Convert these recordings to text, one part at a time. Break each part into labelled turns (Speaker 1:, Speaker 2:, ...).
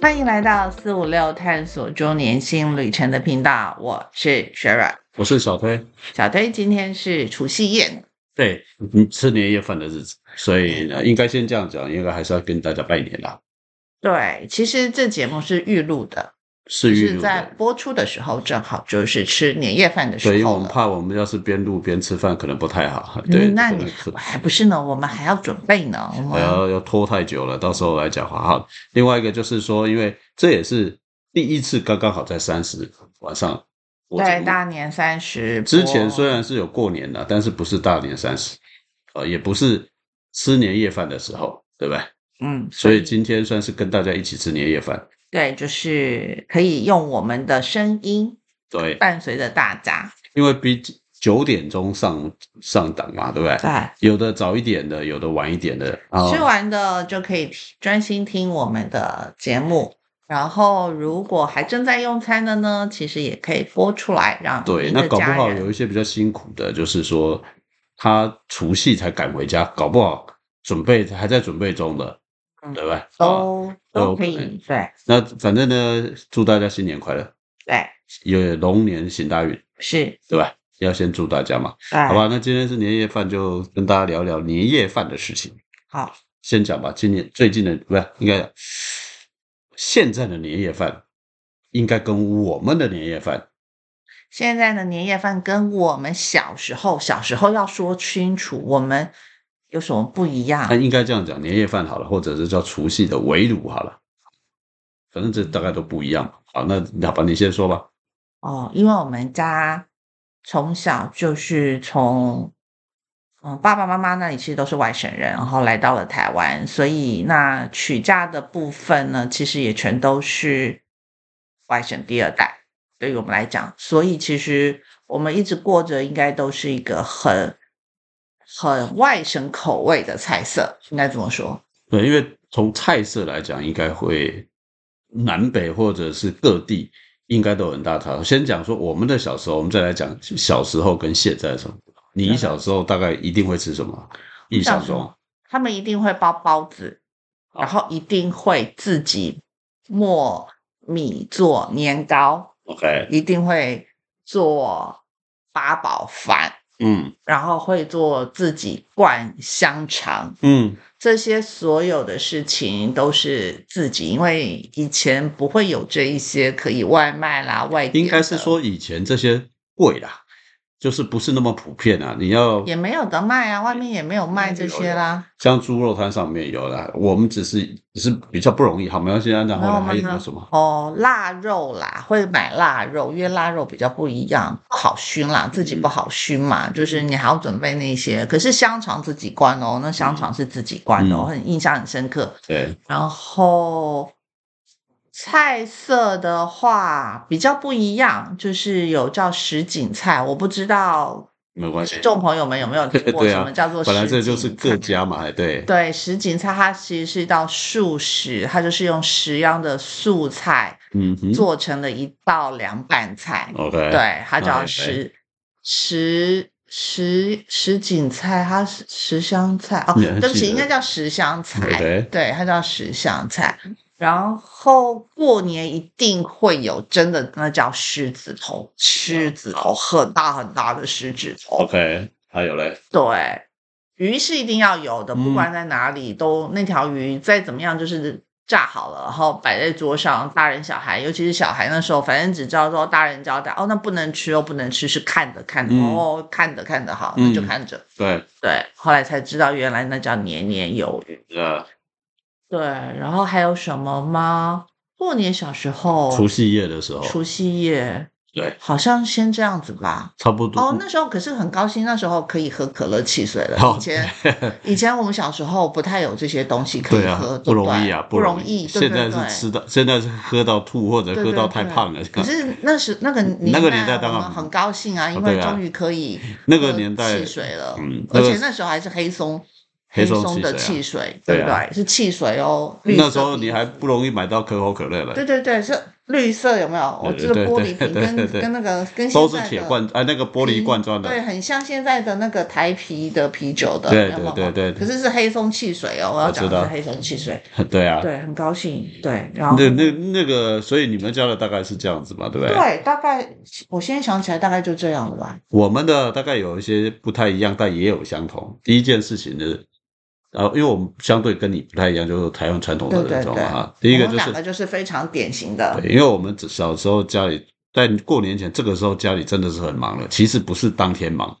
Speaker 1: 欢迎来到四五六探索中年新旅程的频道，我是 Shara
Speaker 2: 我是小推。
Speaker 1: 小推。今天是除夕夜，
Speaker 2: 对，你嗯吃年夜饭的日子，所以
Speaker 1: 嗯
Speaker 2: 呢，应该先这样讲，应该还是要跟大家拜年啦。
Speaker 1: 对，其实这节目是预录的，
Speaker 2: 是
Speaker 1: 就
Speaker 2: 预
Speaker 1: 是
Speaker 2: 录
Speaker 1: 在
Speaker 2: 的，
Speaker 1: 播出的时候正好就是吃年夜饭的时
Speaker 2: 对，因为
Speaker 1: 候
Speaker 2: 我们
Speaker 1: 了
Speaker 2: 怕我们要是边录边吃饭，可能不太好。
Speaker 1: 嗯
Speaker 2: 对，
Speaker 1: 那
Speaker 2: 可
Speaker 1: 你
Speaker 2: 能可
Speaker 1: 还不是呢？我们还要准备呢。我
Speaker 2: 我
Speaker 1: 们
Speaker 2: 要要拖太久了，到时候来讲话好。另外一个就是说，因为这也是第一次刚刚好在三十晚上播节目，
Speaker 1: 对大年三十播
Speaker 2: 之前虽然是有过年的，但是不是大年三十，呃，也不是吃年夜饭的时候，对不对？
Speaker 1: 嗯，
Speaker 2: 所以今天算是跟大家一起吃年夜饭。
Speaker 1: 对，就是可以用我们的声音
Speaker 2: 对，
Speaker 1: 伴随着大家，
Speaker 2: 因为比九点钟上上档嘛，对不对？
Speaker 1: 对。
Speaker 2: 有的早一点的，有的晚一点的。啊，
Speaker 1: 吃完的就可以听专心听我们的节目。然后，如果还正在用餐的呢，其实也可以播出来，让
Speaker 2: 对，
Speaker 1: 您
Speaker 2: 那
Speaker 1: 的
Speaker 2: 搞不
Speaker 1: 家
Speaker 2: 好
Speaker 1: 人
Speaker 2: 有一些比较辛苦的，就是说他除夕才赶回家，搞不好准备还在准备中的，
Speaker 1: 嗯
Speaker 2: 对吧？啊，
Speaker 1: 都都
Speaker 2: 都
Speaker 1: 可
Speaker 2: 可以
Speaker 1: 以，对
Speaker 2: 那反正呢，祝大家新年快乐，
Speaker 1: 对
Speaker 2: 也龙年行大运，
Speaker 1: 是，
Speaker 2: 对吧？要先祝大家嘛，好
Speaker 1: 好
Speaker 2: 吧？那今天是年夜饭，就跟大家聊聊年夜饭的事情。
Speaker 1: 好，
Speaker 2: 先讲吧，今年最近的不是应该讲现在的年夜饭，应该跟我们的年夜饭
Speaker 1: 现在的年夜饭跟我们小时候小时候要说清楚，我们有什么不一样
Speaker 2: 那？应该这样讲，年夜饭好了，或者是叫除夕的围炉好了，反正这大概都不一样嘛。好，那好吧，你先说吧。
Speaker 1: 哦，因为我们家从小就是从嗯爸爸妈妈那里其实都是外省人，然后来到了台湾，所以那娶嫁的部分呢，其实也全都是外省第二代。对于我们来讲，所以其实我们一直过着应该都是一个很很外省口味的菜色，应该怎么说？
Speaker 2: 对，因为从菜色来讲，应该会南北或者是各地应该都有很大差别。先讲说我们的小时候，我们再来讲小时候跟现在什么。你小时候大概一定会吃什么？印象
Speaker 1: 小时
Speaker 2: 中
Speaker 1: 候，他们一定会包包子，
Speaker 2: 好
Speaker 1: 然后一定会自己磨米做年糕，
Speaker 2: ，OK，
Speaker 1: 一定会做八宝饭，
Speaker 2: 嗯
Speaker 1: 然后会做自己灌香肠，
Speaker 2: 嗯，
Speaker 1: 这些所有的事情都是自己，因为以前不会有这一些可以外卖啦、外点
Speaker 2: 应该是
Speaker 1: 的
Speaker 2: 说以前这些贵啦，就是不是那么普遍啊。你要
Speaker 1: 也没有得卖啊，外面也没有卖这些啦。
Speaker 2: 像猪肉摊上面有啦，我们只是只是比较不容易。好，没关系，啊那然后
Speaker 1: 然后
Speaker 2: 来
Speaker 1: 我
Speaker 2: 还
Speaker 1: 们
Speaker 2: 有
Speaker 1: 呢
Speaker 2: 什么？
Speaker 1: 哦，腊肉啦，会买腊肉，因为腊肉比较不一样，不好熏啦，自己不好熏嘛，
Speaker 2: 嗯
Speaker 1: 就是你还要准备那些。可是香肠自己灌哦，那香肠是自己灌的、哦，
Speaker 2: 嗯
Speaker 1: 很印象很深刻。
Speaker 2: 对，
Speaker 1: 然后菜色的话比较不一样，就是有叫什锦菜，我不知道
Speaker 2: 没关系
Speaker 1: 听。众朋友们有没有听过
Speaker 2: 对
Speaker 1: 什
Speaker 2: 啊
Speaker 1: 么叫做什锦
Speaker 2: 本
Speaker 1: 菜？
Speaker 2: 来这就是各家嘛，哎，对，
Speaker 1: 对，什锦菜它其实是一道素食，它就是用十样的素菜
Speaker 2: 嗯哼
Speaker 1: 做成了一道凉拌菜。
Speaker 2: ，OK，，
Speaker 1: 对，它叫
Speaker 2: 哎
Speaker 1: 十十十十锦菜，它是十香菜哦，
Speaker 2: 你还
Speaker 1: 对不起，
Speaker 2: 记
Speaker 1: 应该
Speaker 2: 得
Speaker 1: 叫十香菜。
Speaker 2: OK
Speaker 1: 对，它叫十香菜。
Speaker 2: 嗯
Speaker 1: 然后过年一定会有真的，那叫狮子头，狮子头很大很大的狮子头。
Speaker 2: ，OK，还有嘞，
Speaker 1: 对，鱼是一定要有的，不
Speaker 2: 嗯
Speaker 1: 管在哪里都那条鱼再怎么样就是炸好了，然后摆在桌上，大人小孩，尤其是小孩那时候，反正只知道说大人交代哦，那不能吃哦，不能吃，是看着看着、
Speaker 2: 嗯
Speaker 1: 哦，看着看着好，那就
Speaker 2: 嗯
Speaker 1: 看着。
Speaker 2: 对，
Speaker 1: 对，后来才知道原来那叫年年有余。
Speaker 2: 呃，
Speaker 1: 对，然后还有什么吗？过年小时候，
Speaker 2: 除夕夜的时候，
Speaker 1: 哦除夕夜
Speaker 2: 对，嗯
Speaker 1: 好像先这样子吧。
Speaker 2: 差不多。
Speaker 1: 哦，那时候可是很高兴，那时候可以喝可乐汽水了。
Speaker 2: 好
Speaker 1: 以前以前我们小时候不太有这些东西可以
Speaker 2: 对
Speaker 1: 喝，
Speaker 2: 啊，
Speaker 1: 对对
Speaker 2: 不容易啊，
Speaker 1: 不
Speaker 2: 容
Speaker 1: 易。对
Speaker 2: 现在
Speaker 1: 对对
Speaker 2: 是吃到，现在是喝到吐或者
Speaker 1: 对
Speaker 2: 喝
Speaker 1: 对
Speaker 2: 到太
Speaker 1: 对
Speaker 2: 胖了。
Speaker 1: 可是那时那个年
Speaker 2: 那个年代当
Speaker 1: 我
Speaker 2: 然
Speaker 1: 们很高兴啊，因
Speaker 2: 对
Speaker 1: 为
Speaker 2: 啊
Speaker 1: 终于可以
Speaker 2: 那个
Speaker 1: 喝
Speaker 2: 年代
Speaker 1: 汽水了，
Speaker 2: 嗯
Speaker 1: 而
Speaker 2: 那个
Speaker 1: 且那时候还是黑松
Speaker 2: 黑松
Speaker 1: 松
Speaker 2: 汽
Speaker 1: 的
Speaker 2: 水啊
Speaker 1: 汽水，
Speaker 2: 对
Speaker 1: 不
Speaker 2: 啊
Speaker 1: 对？是汽水哦，绿
Speaker 2: 那
Speaker 1: 色
Speaker 2: 时候
Speaker 1: 瓶
Speaker 2: 你还
Speaker 1: 子
Speaker 2: 不容易买到可口可乐了
Speaker 1: 对。对对，是绿色有没有？我
Speaker 2: 对
Speaker 1: 这个
Speaker 2: 对
Speaker 1: 玻
Speaker 2: 对
Speaker 1: 璃瓶
Speaker 2: 对
Speaker 1: 跟
Speaker 2: 对对
Speaker 1: 跟那个跟现
Speaker 2: 都是
Speaker 1: 在
Speaker 2: 铁
Speaker 1: 的嗯
Speaker 2: 罐啊，那个玻璃罐装的，
Speaker 1: 对，很像现在的那个台啤的啤酒的，
Speaker 2: 对
Speaker 1: 有没有
Speaker 2: 对对对
Speaker 1: 可是是黑松汽水哦，我要
Speaker 2: 我
Speaker 1: 讲
Speaker 2: 知
Speaker 1: 的
Speaker 2: 道
Speaker 1: 是黑松汽水，
Speaker 2: 对啊，
Speaker 1: 对，很高兴，对，然后
Speaker 2: 那那那个，所以你们教的大概是这样子嘛，对不对？
Speaker 1: 对，大概我现在想起来大概就这样了吧，
Speaker 2: 我们的大概有一些不太一样，但也有相同。第一件事情呢，啊，因为我们相对跟你不太一样，就是台湾传统的
Speaker 1: 对对
Speaker 2: 那种
Speaker 1: 对
Speaker 2: 啊。第一个
Speaker 1: 我们
Speaker 2: 就
Speaker 1: 两
Speaker 2: 是
Speaker 1: 个就是非常典型的，
Speaker 2: 对，因为我们只小时候家里，在过年前这个时候家里真的是很忙了。其实不是当天忙，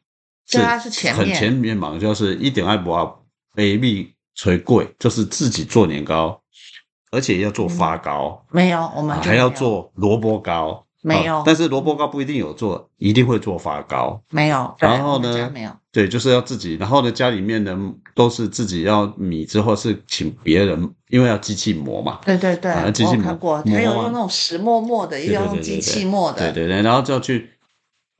Speaker 1: 对啊是前
Speaker 2: 很
Speaker 1: 面
Speaker 2: 前面忙，就是一点爱不啊，A B 捶柜，就是自己做年糕，而且要做发糕，
Speaker 1: 没有，我们
Speaker 2: 啊
Speaker 1: 就
Speaker 2: 还
Speaker 1: 嗯
Speaker 2: 要
Speaker 1: 没有
Speaker 2: 做萝卜糕。
Speaker 1: 没有
Speaker 2: 啊但是萝卜糕不一定有做，一定会做发糕。
Speaker 1: 没有，对
Speaker 2: 然后
Speaker 1: 我们
Speaker 2: 呢
Speaker 1: 家没有，
Speaker 2: 对，就是要自己。然后呢，家里面呢都是自己要米，之后是请别人，因为要机器磨嘛。
Speaker 1: 对对对，
Speaker 2: 啊机器
Speaker 1: 我有
Speaker 2: 磨
Speaker 1: 看过，
Speaker 2: 磨
Speaker 1: 还有
Speaker 2: 啊
Speaker 1: 用那种石磨磨的，也有
Speaker 2: 对
Speaker 1: 用
Speaker 2: 对
Speaker 1: 机
Speaker 2: 对
Speaker 1: 器磨的，
Speaker 2: 对对对，然后就要去，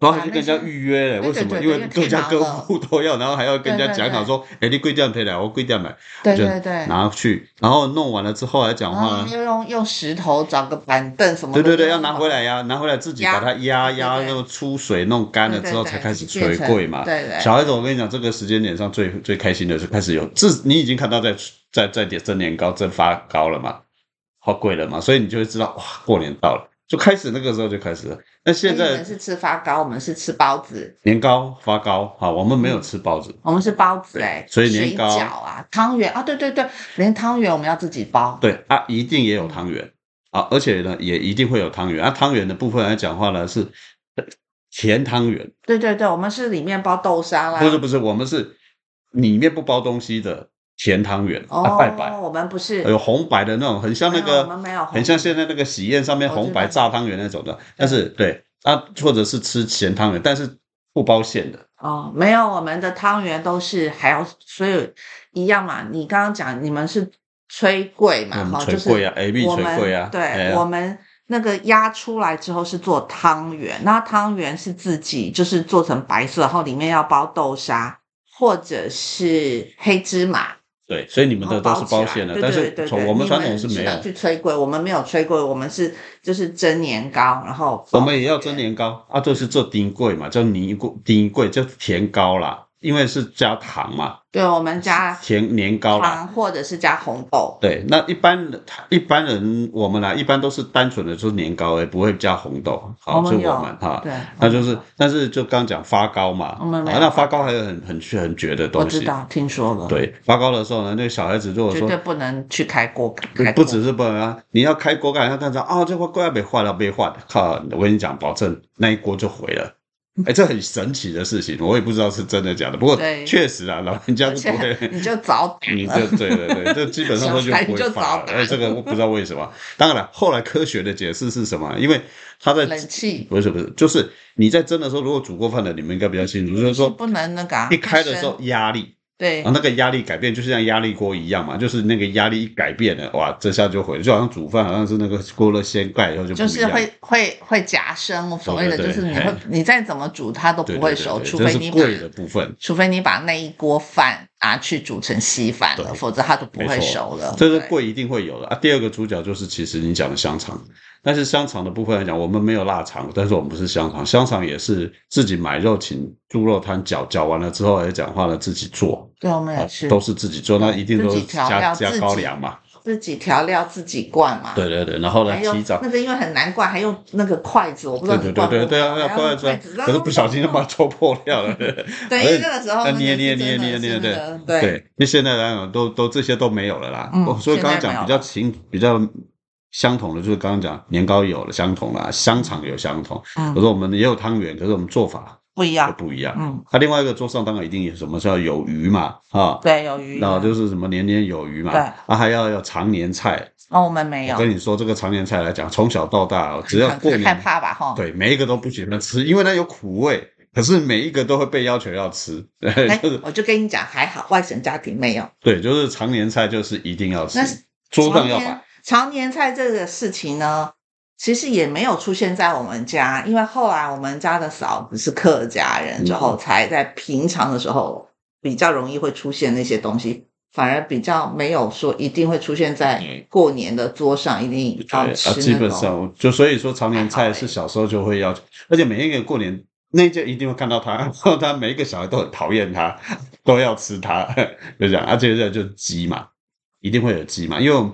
Speaker 2: 然后还去
Speaker 1: 把
Speaker 2: 跟人
Speaker 1: 那
Speaker 2: 家
Speaker 1: 些
Speaker 2: 预约嘞。
Speaker 1: 对
Speaker 2: 为什么？
Speaker 1: 对对
Speaker 2: 因为
Speaker 1: 因为
Speaker 2: 各
Speaker 1: 太
Speaker 2: 家
Speaker 1: 忙
Speaker 2: 各
Speaker 1: 了
Speaker 2: 户都要，然后还要跟人
Speaker 1: 对
Speaker 2: 家
Speaker 1: 对
Speaker 2: 讲好
Speaker 1: 对
Speaker 2: 说，哎，你贵店推来，我贵店买，
Speaker 1: 对
Speaker 2: 就
Speaker 1: 对对，
Speaker 2: 拿去。然后弄完了之后还讲
Speaker 1: 然
Speaker 2: 话嗯
Speaker 1: 后
Speaker 2: 呢，
Speaker 1: 又用用石头找个板凳什么
Speaker 2: 对
Speaker 1: 的，
Speaker 2: 对对，要
Speaker 1: 用
Speaker 2: 拿回来
Speaker 1: 嗯
Speaker 2: 呀，拿回来自己
Speaker 1: 压
Speaker 2: 把它压
Speaker 1: 对对
Speaker 2: 压，
Speaker 1: 对
Speaker 2: 那个出水弄干了
Speaker 1: 对
Speaker 2: 之后
Speaker 1: 对
Speaker 2: 才
Speaker 1: 对
Speaker 2: 开始
Speaker 1: 就变
Speaker 2: 捶
Speaker 1: 成
Speaker 2: 柜嘛。
Speaker 1: 对对，
Speaker 2: 小孩子，我跟你讲，这个时间点上最最开心的是开始有自，你已经看到在在在点蒸年糕、蒸发糕了嘛，好贵了嘛，所以你就会知道哇，过年到了，就开始那个时候就开始了。那现
Speaker 1: 所以你
Speaker 2: 在
Speaker 1: 们是吃发糕，我们是吃包子，
Speaker 2: 年糕、发糕，好，我们没有
Speaker 1: 嗯
Speaker 2: 吃包子，
Speaker 1: 我们是包子
Speaker 2: 对
Speaker 1: 哎、
Speaker 2: 所以年糕
Speaker 1: 水饺啊、汤圆啊，对对对，连汤圆我们要自己包。
Speaker 2: 对啊，一定也有汤圆啊，而且呢，也一定会有汤圆啊。汤圆的部分来讲话呢，是呃甜汤圆，
Speaker 1: 对对对，我们是里面包豆沙啦。
Speaker 2: 不是不是，我们是里面不包东西的甜汤圆啊，
Speaker 1: 哦，
Speaker 2: 拜拜。
Speaker 1: 我们不是
Speaker 2: 有红白的那种，很哎像那
Speaker 1: 没有
Speaker 2: 个
Speaker 1: 我们没有红
Speaker 2: 很像现在那个喜宴上面
Speaker 1: 我知道
Speaker 2: 红白炸汤圆那种的，但是对啊，或者是吃咸汤圆，但是不包馅的，
Speaker 1: 哦，没有，我们的汤圆都是还要，所以一样嘛。你刚刚讲你们是吹柜嘛，
Speaker 2: 我们
Speaker 1: 哈，
Speaker 2: 捶
Speaker 1: 就
Speaker 2: 柜
Speaker 1: 是
Speaker 2: 啊，A B
Speaker 1: 我
Speaker 2: 捶
Speaker 1: 们
Speaker 2: 柜啊，哎
Speaker 1: 对，
Speaker 2: 呀
Speaker 1: 我们那个压出来之后是做汤圆，那汤圆是自己就是做成白色，然后里面要包豆沙或者是黑芝麻，
Speaker 2: 对，所以你们的都是包馅的，
Speaker 1: 哦然后包
Speaker 2: 但
Speaker 1: 起来
Speaker 2: 是
Speaker 1: 对对对对
Speaker 2: 从
Speaker 1: 对
Speaker 2: 我们
Speaker 1: 你
Speaker 2: 传统是没有
Speaker 1: 拿，去吹柜，我们没有吹柜，我们是就是蒸年糕，然后
Speaker 2: 我们也要蒸年糕啊，就是做丁桂嘛，叫泥桂丁桂，叫甜糕啦，因为是加糖嘛，
Speaker 1: 对，我们加
Speaker 2: 甜年糕啦，
Speaker 1: 糖或者是加红豆，
Speaker 2: 对，那一般人一般人我们啊啦，一般都是单纯的就是年糕而已，也不会加红豆，好，
Speaker 1: 我
Speaker 2: 就
Speaker 1: 们有
Speaker 2: 我们哈。
Speaker 1: 对，
Speaker 2: 那就是，但是就刚讲发糕嘛，
Speaker 1: 我们没
Speaker 2: 啊
Speaker 1: 有
Speaker 2: 那发糕还有很很绝很绝的
Speaker 1: 我
Speaker 2: 东
Speaker 1: 知
Speaker 2: 西。
Speaker 1: 道，听说了，，
Speaker 2: 对，发糕的时候呢，那个小孩子如果
Speaker 1: 绝对
Speaker 2: 说
Speaker 1: 不能去开锅，
Speaker 2: 不
Speaker 1: 开
Speaker 2: 不
Speaker 1: 锅
Speaker 2: 只是不能啊，你要开锅盖，他看着啊，这锅锅要被坏了，被坏了，靠！我跟你讲，保证那一锅就毁了。哎，这很神奇的事情，我也不知道是真的假的，不过
Speaker 1: 对
Speaker 2: 确实啊，老人家
Speaker 1: 而
Speaker 2: 是不会
Speaker 1: 且。你就早打
Speaker 2: 你
Speaker 1: 了
Speaker 2: 这对对对，这基本 上
Speaker 1: 小
Speaker 2: 他
Speaker 1: 孩
Speaker 2: 就不会
Speaker 1: 就
Speaker 2: 发了
Speaker 1: 早。打
Speaker 2: 哎，这个 我不知道为什么。当然了，后来科学的解释是什么？因为他 在
Speaker 1: 冷气，
Speaker 2: 不是不是，就是你在蒸的时候，如果煮过饭的，你们应该比较清楚，就是说
Speaker 1: 不能那个啊
Speaker 2: 一开的时，
Speaker 1: 太
Speaker 2: 候
Speaker 1: 深
Speaker 2: 压力，
Speaker 1: 对
Speaker 2: 啊，，那个压力改变，就是像压力锅一样嘛，就是那个压力一改变了，哇，这下就毁了，就好像煮饭，好像是那个锅的掀盖以后就不
Speaker 1: 就
Speaker 2: 一
Speaker 1: 是
Speaker 2: 样。
Speaker 1: 会会会夹生，所谓的
Speaker 2: 对
Speaker 1: 就
Speaker 2: 对
Speaker 1: 是你
Speaker 2: 嘿
Speaker 1: 会你再怎么煮它都
Speaker 2: 对
Speaker 1: 不
Speaker 2: 对
Speaker 1: 会
Speaker 2: 对
Speaker 1: 熟，
Speaker 2: 对，
Speaker 1: 除
Speaker 2: 这
Speaker 1: 非
Speaker 2: 是
Speaker 1: 你把
Speaker 2: 贵的部分。
Speaker 1: 除非你把那一锅饭拿去煮成稀饭
Speaker 2: 对
Speaker 1: 了，否则它就不
Speaker 2: 没
Speaker 1: 会
Speaker 2: 错
Speaker 1: 熟了。
Speaker 2: 这是
Speaker 1: 哦对，
Speaker 2: 贵一定会有的啊。第二个主角就是其实你讲的香肠，但是香肠的部分来讲，我们没有腊肠，但是我们是香肠。香肠也是自己买肉，请猪肉摊搅，搅完了之后也讲话了自己做，
Speaker 1: 对，我们
Speaker 2: 啊
Speaker 1: 也是
Speaker 2: 都是自己做，那一定都
Speaker 1: 自
Speaker 2: 是
Speaker 1: 己调
Speaker 2: 加
Speaker 1: 料
Speaker 2: 加
Speaker 1: 自己
Speaker 2: 高粱嘛。
Speaker 1: 自己调料自己灌嘛。
Speaker 2: 对对对，然后呢
Speaker 1: 还，有
Speaker 2: 提早。
Speaker 1: 那个，因为很难灌，还用那个筷子，我不知
Speaker 2: 对
Speaker 1: 道你
Speaker 2: 对对
Speaker 1: 灌
Speaker 2: 对对啊，
Speaker 1: 要
Speaker 2: 要筷子啊，可是不小心就把它戳破掉了。
Speaker 1: 对，因为那个时候
Speaker 2: 要
Speaker 1: 那个
Speaker 2: 捏
Speaker 1: 是
Speaker 2: 捏
Speaker 1: 真的
Speaker 2: 捏
Speaker 1: 是
Speaker 2: 捏捏
Speaker 1: 那
Speaker 2: 对
Speaker 1: 个对，
Speaker 2: 对，那现在来讲都都这些都没有了啦。
Speaker 1: 嗯
Speaker 2: 哦所以
Speaker 1: 现
Speaker 2: 刚刚
Speaker 1: 在没
Speaker 2: 讲比
Speaker 1: 有
Speaker 2: 较
Speaker 1: 了
Speaker 2: 情比较相同的，就是刚刚讲年糕有了相同啦，香肠有相同，可
Speaker 1: 嗯，
Speaker 2: 是我们也有汤圆，可是我们做法
Speaker 1: 不一
Speaker 2: 也
Speaker 1: 样，
Speaker 2: 不一样。啊
Speaker 1: 嗯，
Speaker 2: 那另外一个桌上当然一定有什么叫有余嘛，啊，
Speaker 1: 对，有鱼，
Speaker 2: 然后就是什么年年有余嘛，
Speaker 1: 对
Speaker 2: 啊还要有常年菜。
Speaker 1: 哦，我们没有
Speaker 2: 我，跟你说，这个常年菜来讲，从小到大哦只要
Speaker 1: 很
Speaker 2: 过
Speaker 1: 害
Speaker 2: 年
Speaker 1: 怕吧，哈，
Speaker 2: 对，每一个都不喜欢吃，因为它有苦味。可是每一个都会被要求要吃， 对，
Speaker 1: 哎
Speaker 2: 就是，
Speaker 1: 我就跟你讲，还好外省家庭没有。
Speaker 2: 对，就是常年菜就是一定要吃
Speaker 1: 那是，
Speaker 2: 桌
Speaker 1: 常
Speaker 2: 上要
Speaker 1: 年
Speaker 2: 摆。
Speaker 1: 常年菜这个事情呢，其实也没有出现在我们家，因为后来我们家的嫂子是
Speaker 2: 嗯
Speaker 1: 客家人，之后才在平常的时候比较容易会出现那些东西。反而比较没有说一定会出现在
Speaker 2: 嗯
Speaker 1: 过年的桌上，一定
Speaker 2: 对
Speaker 1: 要
Speaker 2: 啊，
Speaker 1: 哦吃
Speaker 2: 基
Speaker 1: 那
Speaker 2: 本
Speaker 1: 种。
Speaker 2: 上就所以说常年
Speaker 1: 还好
Speaker 2: 菜
Speaker 1: 欸
Speaker 2: 是小时候就会要求，而且每一个过年那就一定会看到他，然后他每一个小孩都很讨厌他， 都要吃他， 就这样。啊，接着就是鸡嘛，一定会有鸡嘛，因为我们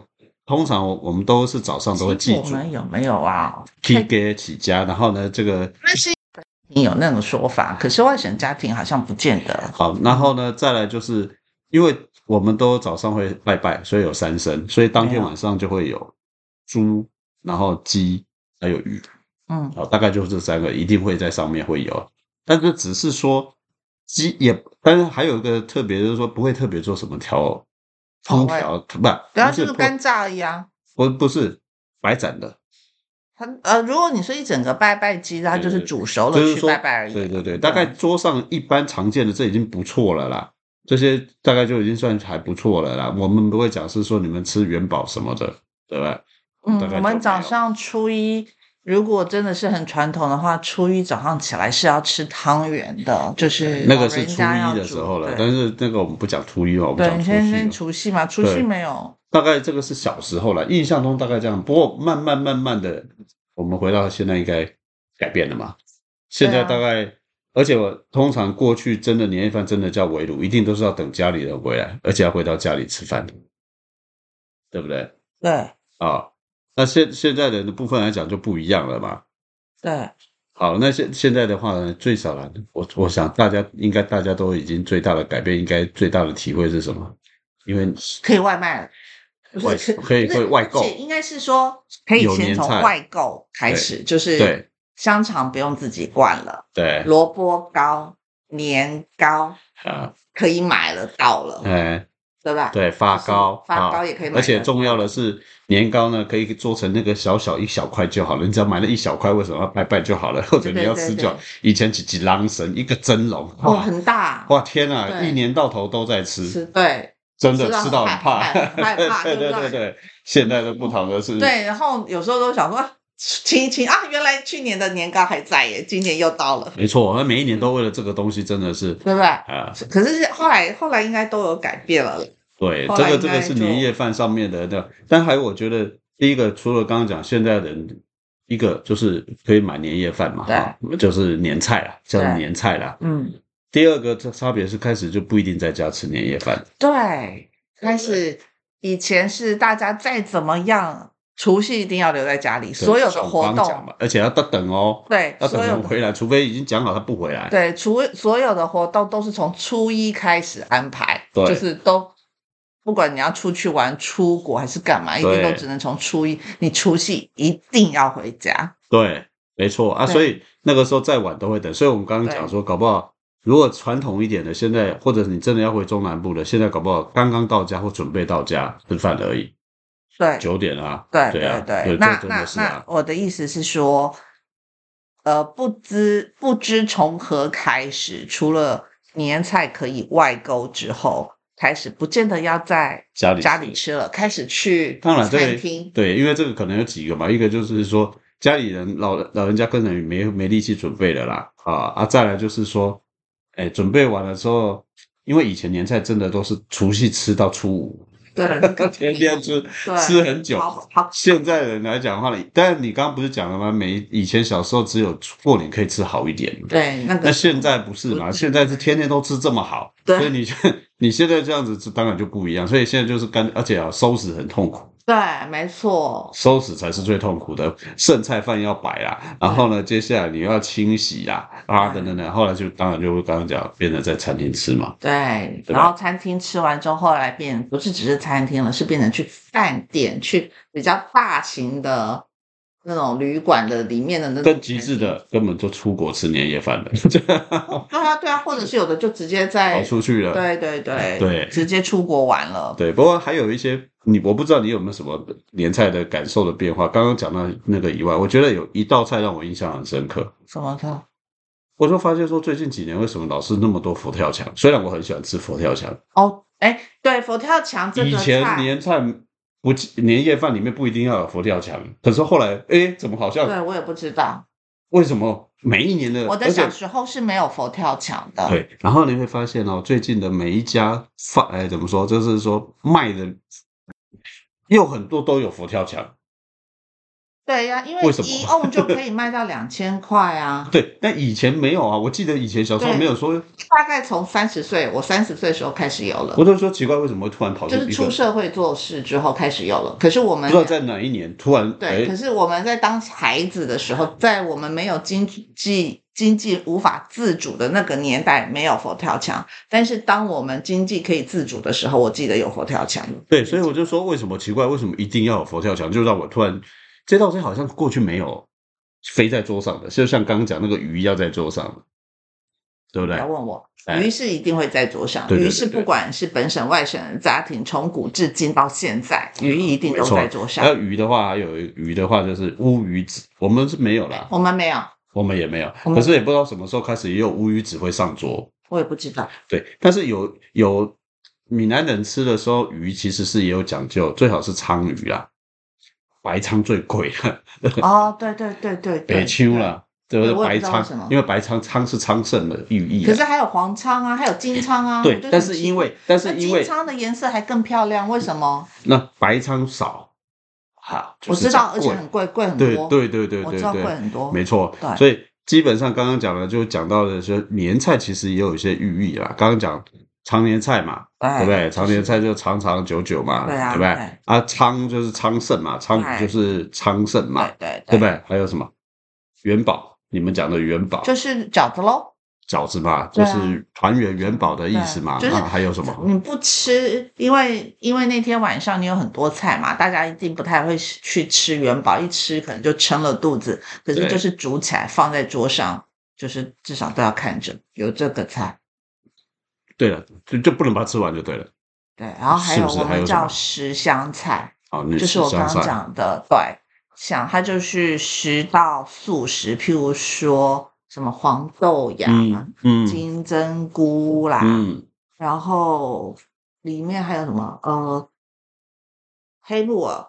Speaker 2: 通常我我们都是早上都会
Speaker 1: 其实
Speaker 2: 记
Speaker 1: 我
Speaker 2: 住
Speaker 1: 们有没有啊？
Speaker 2: T 给起家，然后呢这个
Speaker 1: 那是你有那种说法，可是外省家庭好像不见得。
Speaker 2: 好，然后呢再来就是因为我们都早上会拜拜，所以有三牲，所以当天
Speaker 1: 对啊
Speaker 2: 晚上就会有猪，然后鸡还有鱼。
Speaker 1: 嗯，
Speaker 2: 好，大概就是这三个，一定会在上面会有，但是只是说鸡也，但是还有一个特别就是说不会特别做什么调烹调，不，
Speaker 1: 对啊，
Speaker 2: 不
Speaker 1: 就是是
Speaker 2: 不
Speaker 1: 干炸而已啊。
Speaker 2: 不不是白斩的，
Speaker 1: 很呃，如果你说一整个拜拜鸡，它就是
Speaker 2: 对对
Speaker 1: 煮熟
Speaker 2: 就是
Speaker 1: 了去
Speaker 2: 说
Speaker 1: 拜拜而已。
Speaker 2: 对对对，
Speaker 1: 啊
Speaker 2: 大概桌上一般常见的这已经不错了啦，这些大概就已经算还不错了啦。我们不会讲是说你们吃元宝什么的，对吧？
Speaker 1: 嗯
Speaker 2: 大概，
Speaker 1: 我
Speaker 2: 就
Speaker 1: 们
Speaker 2: 没
Speaker 1: 早
Speaker 2: 有
Speaker 1: 上初一，如果真的是很传统的话，初一早上起来是要吃汤圆的，就是
Speaker 2: 那个
Speaker 1: 老
Speaker 2: 是
Speaker 1: 人
Speaker 2: 初
Speaker 1: 家要
Speaker 2: 一的
Speaker 1: 煮
Speaker 2: 时候了，但
Speaker 1: 对，
Speaker 2: 是那个我们不讲初一了，我们
Speaker 1: 对，
Speaker 2: 讲
Speaker 1: 你
Speaker 2: 除
Speaker 1: 先
Speaker 2: 夕
Speaker 1: 先
Speaker 2: 了。
Speaker 1: 除夕嘛，除
Speaker 2: 对
Speaker 1: 夕没有，
Speaker 2: 大概这个是小时候了，印象中大概这样。不过慢慢慢慢的，我们回到现在应该改变了嘛。现在大概，而且我通常过去真的年夜饭真的叫围炉，一定都是要等家里人回来，而且要回到家里吃饭，对不对？
Speaker 1: 对
Speaker 2: 啊、那现现在人的部分来讲就不一样了嘛。
Speaker 1: 对，
Speaker 2: 好，那现现在的话呢，最少了，我我想大家应该大家都已经最大的改变，应该最大的体会是什么？因为
Speaker 1: 可以外卖了，
Speaker 2: 外
Speaker 1: 不是
Speaker 2: 可以
Speaker 1: 不是
Speaker 2: 可以外购
Speaker 1: 而且应该是说可以
Speaker 2: 有
Speaker 1: 先
Speaker 2: 年
Speaker 1: 从
Speaker 2: 菜
Speaker 1: 外购开始，就是
Speaker 2: 对
Speaker 1: 香肠不用自己灌了，
Speaker 2: 对
Speaker 1: 萝卜糕、年糕
Speaker 2: 啊，
Speaker 1: 可以买了到了，
Speaker 2: 哎、
Speaker 1: 对吧？
Speaker 2: 对，发糕，
Speaker 1: 就是发糕
Speaker 2: 啊
Speaker 1: 也可以买
Speaker 2: 而且
Speaker 1: 得
Speaker 2: 重要的是，年糕呢可以做成那个小小一小块就好了，你只要买了一小块，为什么要拜拜就好了？或者你
Speaker 1: 对
Speaker 2: 要
Speaker 1: 对
Speaker 2: 吃
Speaker 1: 对
Speaker 2: 就好。以前几几狼神一个蒸笼，
Speaker 1: 哦，
Speaker 2: 哇
Speaker 1: 很大，
Speaker 2: 哇天啊，
Speaker 1: 对
Speaker 2: 一年到头都在吃，
Speaker 1: 是对。
Speaker 2: 真的
Speaker 1: 吃
Speaker 2: 吃
Speaker 1: 到
Speaker 2: 到
Speaker 1: 很
Speaker 2: 很怕，
Speaker 1: 害 很害怕
Speaker 2: 对
Speaker 1: 对
Speaker 2: 对
Speaker 1: 不对
Speaker 2: 对对，现在的不同的是，
Speaker 1: 对，然后有时候都想说啊亲一亲啊，原来去年的年糕还在耶，今年又到了，
Speaker 2: 没错，那每一
Speaker 1: 嗯
Speaker 2: 年都为了这个东西真的是
Speaker 1: 对不对？
Speaker 2: 啊，
Speaker 1: 可是后来后来应该都有改变了，
Speaker 2: 对，
Speaker 1: 后
Speaker 2: 这
Speaker 1: 来
Speaker 2: 个
Speaker 1: 应
Speaker 2: 这
Speaker 1: 该
Speaker 2: 个是
Speaker 1: 就
Speaker 2: 年夜饭上面的那，但还有我觉得第一个除了刚刚讲现在人，一个就是可以买年夜饭嘛，
Speaker 1: 对
Speaker 2: 哈，就是年菜啦，叫做
Speaker 1: 对
Speaker 2: 年菜啦。
Speaker 1: 嗯，
Speaker 2: 第二个这差别是开始就不一定在家吃年夜饭，
Speaker 1: 对，开始以前是大家再怎么样，除夕一定要留在家里，所有的
Speaker 2: 像我
Speaker 1: 活
Speaker 2: 刚讲
Speaker 1: 动，
Speaker 2: 嘛，而且要等哦，
Speaker 1: 对，
Speaker 2: 要等
Speaker 1: 所有
Speaker 2: 人
Speaker 1: 的
Speaker 2: 回来，除非已经讲好他不回来。
Speaker 1: 对，除所有的活动都是从初一开始安排，
Speaker 2: 对
Speaker 1: 就是都不管你要出去玩、出国还是干嘛，一定都
Speaker 2: 对
Speaker 1: 只能从初一，你除夕一定要回家，
Speaker 2: 对，没错啊，
Speaker 1: 对
Speaker 2: 所以那个时候再晚都会等，所以我们刚刚讲说，搞不好如果传统一点的，现在或者你真的要回中南部的，现在搞不好刚刚到家或准备到家吃饭而已，
Speaker 1: 对，
Speaker 2: 九点啊，
Speaker 1: 对
Speaker 2: 对啊，
Speaker 1: 对，
Speaker 2: 对
Speaker 1: 那
Speaker 2: 这真
Speaker 1: 那
Speaker 2: 的是
Speaker 1: 那
Speaker 2: 啊，
Speaker 1: 我的意思是说，呃，不知不知从何开始，除了年菜可以外购之后，开始不见得要在
Speaker 2: 家里
Speaker 1: 家里吃了，开始去
Speaker 2: 当然这
Speaker 1: 餐
Speaker 2: 个
Speaker 1: 厅，
Speaker 2: 对，因为这个可能有几个嘛，一个就是说家里人老人老人家根本没没力气准备了啦，啊啊，再来就是说，哎，准备完了之后，因为以前年菜真的都是除夕吃到初五，
Speaker 1: 对，
Speaker 2: 天天吃
Speaker 1: 对
Speaker 2: 吃很久，
Speaker 1: 好好
Speaker 2: 现在人来讲的话，但是你刚刚不是讲了吗？每以前小时候只有过年可以吃好一点，
Speaker 1: 对 那
Speaker 2: 那
Speaker 1: 个
Speaker 2: 现在不是嘛？
Speaker 1: 不是
Speaker 2: 现在是天天都吃这么好，
Speaker 1: 嗯对
Speaker 2: 所以你现 你现在这样子吃，当然就不一样。所以现在就是干，而且啊，收拾很痛苦，
Speaker 1: 对，没错，
Speaker 2: 收拾才是最痛苦的。剩菜饭要摆啦，然后呢，接下来你又要清洗啦，啊
Speaker 1: 对嗯
Speaker 2: 等等等，后来就当然就会刚刚讲，变成在餐厅吃嘛。
Speaker 1: 对，
Speaker 2: 对吧
Speaker 1: 然后餐厅吃完之后，后来变不是只是餐厅了，是变成去饭店，去比较大型的那种旅馆的里面的那种
Speaker 2: 更极致
Speaker 1: 餐厅。
Speaker 2: 的，根本就出国吃年夜饭了，
Speaker 1: 对啊，对啊，或者是有的就直接
Speaker 2: 跑
Speaker 1: 在，
Speaker 2: 出去了。
Speaker 1: 对对对
Speaker 2: 对
Speaker 1: 直接出国玩了。
Speaker 2: 对，不过还有一些你，我不知道你有没有什么年菜的感受的变化。刚刚讲到那个以外，我觉得有一道菜让我印象很深刻。
Speaker 1: 什么的？
Speaker 2: 我就发现说，最近几年为什么老是那么多佛跳墙？虽然我很喜欢吃佛跳墙，
Speaker 1: 哦，哎，对，佛跳墙这
Speaker 2: 以
Speaker 1: 个
Speaker 2: 前
Speaker 1: 菜，
Speaker 2: 年菜不年夜饭里面不一定要有佛跳墙，可是后来哎，诶怎么好像
Speaker 1: 对我也不知道。
Speaker 2: 为什么每一年的
Speaker 1: 我的
Speaker 2: 而且
Speaker 1: 小时候是没有佛跳墙的，
Speaker 2: 对，然后你会发现哦，最近的每一家饭，哎，怎么说，就是说卖的又很多都有佛跳墙，
Speaker 1: 对呀、因为
Speaker 2: 为什么，
Speaker 1: 一瓮就可以卖到两千块啊
Speaker 2: 对，但以前没有啊，我记得以前小时候
Speaker 1: 对
Speaker 2: 没有说，
Speaker 1: 大概从三十岁，我三十岁的时候开始有了
Speaker 2: 我，就说奇怪，为什么会突然跑出
Speaker 1: 就
Speaker 2: 一个，
Speaker 1: 是出社会做事之后开始有了。可是我
Speaker 2: 不
Speaker 1: 们
Speaker 2: 知道在哪一年突然，
Speaker 1: 对，可
Speaker 2: 哎，
Speaker 1: 是我们在当孩子的时候，在我们没有经济经济无法自主的那个年代，没有佛跳墙。但是当我们经济可以自主的时候，我记得有佛跳墙。
Speaker 2: 对，所以我就说为什么奇怪，为什么一定要有佛跳墙，就让我突然这道菜好像过去没有飞在桌上的，就像刚刚讲那个鱼要在桌上的，对不
Speaker 1: 不
Speaker 2: 对
Speaker 1: 要？问我
Speaker 2: 哎，
Speaker 1: 鱼是一定会在桌上，
Speaker 2: 对对对
Speaker 1: 鱼是
Speaker 2: 对
Speaker 1: 不管是本省外省人家庭，从古至今到现在，鱼一定
Speaker 2: 没
Speaker 1: 都
Speaker 2: 错
Speaker 1: 在桌上
Speaker 2: 还。有鱼的话，还有鱼的话就是乌鱼子，我们是没有啦，
Speaker 1: 我们没有，
Speaker 2: 我们也没有，
Speaker 1: 我
Speaker 2: 可
Speaker 1: 们
Speaker 2: 是也不知道什么时候开始也有乌鱼子会上桌。
Speaker 1: 我也不知道。
Speaker 2: 对，但是有有闽南人吃的时候，鱼其实是也有讲究，最好是鲳鱼啦，白鲳最贵啊啦，
Speaker 1: 哦，对对对对对，
Speaker 2: 北秋啦，对不
Speaker 1: 对
Speaker 2: 对？
Speaker 1: 我也
Speaker 2: 白
Speaker 1: 不知道为什么
Speaker 2: 鲳，因为白鲳鲳是昌盛的寓意
Speaker 1: 对。
Speaker 2: 啊。
Speaker 1: 可是还有黄仓啊，还有金仓啊。我
Speaker 2: 对
Speaker 1: 觉得，
Speaker 2: 但
Speaker 1: 很
Speaker 2: 是
Speaker 1: 奇
Speaker 2: 因为但是
Speaker 1: 那
Speaker 2: 因为
Speaker 1: 金仓的颜色还更漂亮，为什么？
Speaker 2: 那白鲳少，好，就
Speaker 1: 我
Speaker 2: 是
Speaker 1: 知道，
Speaker 2: 讲
Speaker 1: 而且
Speaker 2: 贵
Speaker 1: 很贵，贵很
Speaker 2: 对
Speaker 1: 多。
Speaker 2: 对对对
Speaker 1: 我
Speaker 2: 对
Speaker 1: 知道贵
Speaker 2: 对，
Speaker 1: 很多。
Speaker 2: 没错
Speaker 1: 对，
Speaker 2: 所以基本上刚刚讲的就讲到的是年菜，其实也有一些寓意啦。刚刚讲常年菜嘛，对
Speaker 1: 对
Speaker 2: 不对？常年菜就长长久久嘛，
Speaker 1: 对啊
Speaker 2: 不对
Speaker 1: 对？
Speaker 2: 啊，昌就是昌盛嘛，昌
Speaker 1: 哎
Speaker 2: 就是昌盛嘛
Speaker 1: 对，对
Speaker 2: 对不
Speaker 1: 对？
Speaker 2: 对？还有什么元宝？你们讲的元宝
Speaker 1: 就是饺子喽，
Speaker 2: 饺子嘛，
Speaker 1: 对
Speaker 2: 就
Speaker 1: 啊
Speaker 2: 是团圆元宝的意思嘛。
Speaker 1: 对就是嗯
Speaker 2: 那还有什么？
Speaker 1: 你不吃，因为因为那天晚上你有很多菜嘛，大家一定不太会去吃元宝，一吃可能就撑了肚子。可是
Speaker 2: 对
Speaker 1: 就是煮起来放在桌上，就是至少都要看着有这个菜。
Speaker 2: 对了，就就不能把它吃完就对了。
Speaker 1: 对，然后还
Speaker 2: 是
Speaker 1: 有
Speaker 2: 不是
Speaker 1: 我
Speaker 2: 还有
Speaker 1: 们
Speaker 2: 什么
Speaker 1: 叫十香菜，
Speaker 2: 哦，你
Speaker 1: 就是我
Speaker 2: 香
Speaker 1: 刚
Speaker 2: 菜
Speaker 1: 刚讲的，对，想它就是十道素食，譬如说什么黄豆芽、
Speaker 2: 嗯嗯
Speaker 1: 金啊针菇啦，
Speaker 2: 嗯，
Speaker 1: 然后里面还有什么呃黑木耳，